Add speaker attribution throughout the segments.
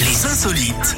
Speaker 1: Les insolites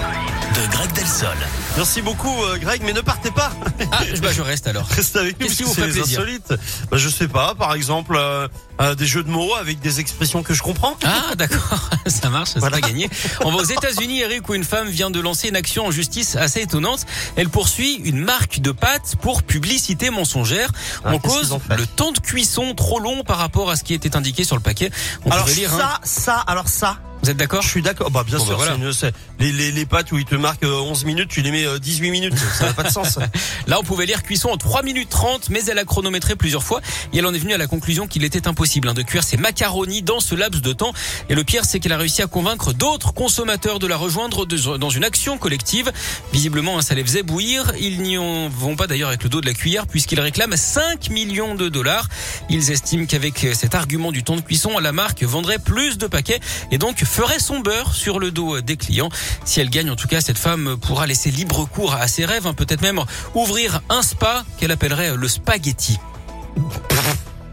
Speaker 1: de Greg Delsol.
Speaker 2: Merci beaucoup euh, Greg, mais ne partez pas.
Speaker 3: Ah, je, bah, je reste alors.
Speaker 2: Restez avec nous
Speaker 3: Qu'est-ce qui
Speaker 2: si
Speaker 3: vous
Speaker 2: c'est
Speaker 3: fait
Speaker 2: les
Speaker 3: plaisir
Speaker 2: insolites. Bah, je sais pas, par exemple, euh, euh, des jeux de mots avec des expressions que je comprends.
Speaker 3: Ah, d'accord, ça marche, ça
Speaker 2: Voilà.
Speaker 3: sera gagné. On va aux États-Unis, Eric, où une femme vient de lancer une action en justice assez étonnante. Elle poursuit une marque de pâtes pour publicité mensongère.
Speaker 2: Ah,
Speaker 3: en
Speaker 2: qu'est-ce qu'ils
Speaker 3: cause
Speaker 2: ont fait
Speaker 3: le temps de cuisson trop long par rapport à ce qui était indiqué sur le paquet. On
Speaker 2: alors
Speaker 3: pouvait lire, hein.
Speaker 2: ça, ça, alors ça,
Speaker 3: Vous êtes d'accord
Speaker 2: je suis d'accord. Bah bien
Speaker 3: Bon, bah,
Speaker 2: sûr,
Speaker 3: voilà.
Speaker 2: c'est une- c'est- les, les, les pattes où ils te marquent euh, 11 minutes, tu les mets euh, 18 minutes, ça n'a pas de sens.
Speaker 3: Là, on pouvait lire cuisson en 3 minutes 30, mais elle a chronométré plusieurs fois et elle en est venue à la conclusion qu'il était impossible hein, de cuire ses macaronis dans ce laps de temps. Et le pire, c'est qu'elle a réussi à convaincre d'autres consommateurs de la rejoindre de- dans une action collective. Visiblement, hein, ça les faisait bouillir. Ils n'y en vont pas d'ailleurs avec le dos de la cuillère puisqu'ils réclament 5 millions de dollars. Ils estiment qu'avec euh, cet argument du temps de cuisson, la marque vendrait plus de paquets et donc ferait son beurre sur le dos euh, des clients. Si elle gagne, en tout cas, cette femme pourra laisser libre cours à ses rêves, hein, peut-être même ouvrir un spa qu'elle appellerait euh, le spaghetti.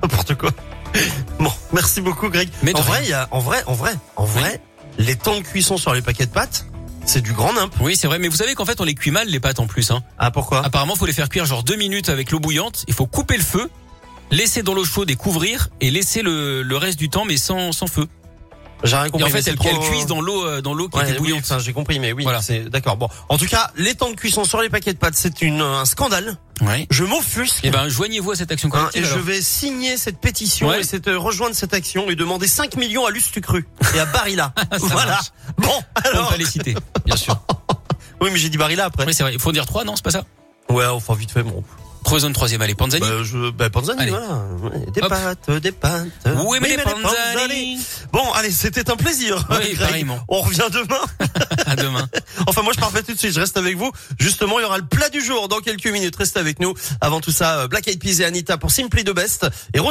Speaker 2: N'importe quoi. Bon, merci beaucoup Greg.
Speaker 3: Mais de
Speaker 2: en
Speaker 3: rien.
Speaker 2: vrai, il y a- en vrai, en vrai, en vrai, les temps de cuisson sur les paquets de pâtes, c'est du grand nimp.
Speaker 3: Oui, c'est vrai, mais vous savez qu'en fait, on les cuit mal les pâtes en plus. Hein.
Speaker 2: Ah pourquoi
Speaker 3: Apparemment, faut les faire cuire genre deux minutes avec l'eau bouillante. Il faut couper le feu, laisser dans l'eau chaude et couvrir, et laisser le, le reste du temps mais sans, sans feu.
Speaker 2: J'ai rien
Speaker 3: Et
Speaker 2: compris.
Speaker 3: en
Speaker 2: mais
Speaker 3: fait,
Speaker 2: c'est
Speaker 3: elles
Speaker 2: trop-
Speaker 3: elles cuisent dans l'eau euh, dans l'eau qui
Speaker 2: Ouais,
Speaker 3: était
Speaker 2: oui,
Speaker 3: bouillante.
Speaker 2: enfin, j'ai compris, mais oui,
Speaker 3: Voilà.
Speaker 2: c'est d'accord. Bon, en tout cas, les temps de cuisson sur les paquets de pâtes, c'est une un scandale.
Speaker 3: Ouais.
Speaker 2: Je m'offusque.
Speaker 3: Et ben, joignez-vous à cette action
Speaker 2: hein,
Speaker 3: collective.
Speaker 2: et je
Speaker 3: alors.
Speaker 2: vais signer cette pétition
Speaker 3: Ouais.
Speaker 2: et cette, euh, rejoindre cette action et demander 5 millions à Lustucru et à Barilla. voilà.
Speaker 3: marche.
Speaker 2: Bon,
Speaker 3: Pour ne
Speaker 2: alors.
Speaker 3: pas les citer, bien sûr.
Speaker 2: Oui, mais j'ai dit Barilla après.
Speaker 3: Oui, c'est vrai. Il faut en dire trois, non, c'est pas ça
Speaker 2: Ouais, enfin, vite fait, bon.
Speaker 3: Trois zones troisième, allez, Panzani.
Speaker 2: Bah, je, bah, Panzani,
Speaker 3: Allez.
Speaker 2: voilà. Ouais, Des
Speaker 3: Hop.
Speaker 2: pâtes, des pâtes.
Speaker 3: oui, mais les
Speaker 2: des
Speaker 3: Panzani.
Speaker 2: Bon, allez, c'était un plaisir.
Speaker 3: Oui,
Speaker 2: Greg.
Speaker 3: pareillement.
Speaker 2: On revient demain.
Speaker 3: À demain.
Speaker 2: Enfin, moi, je pars pas tout de suite. Je reste avec vous. Justement, il y aura le plat du jour dans quelques minutes. Restez avec nous. Avant tout ça, euh, Black Eyed Peas et Anita pour Simply the Best. Et Rose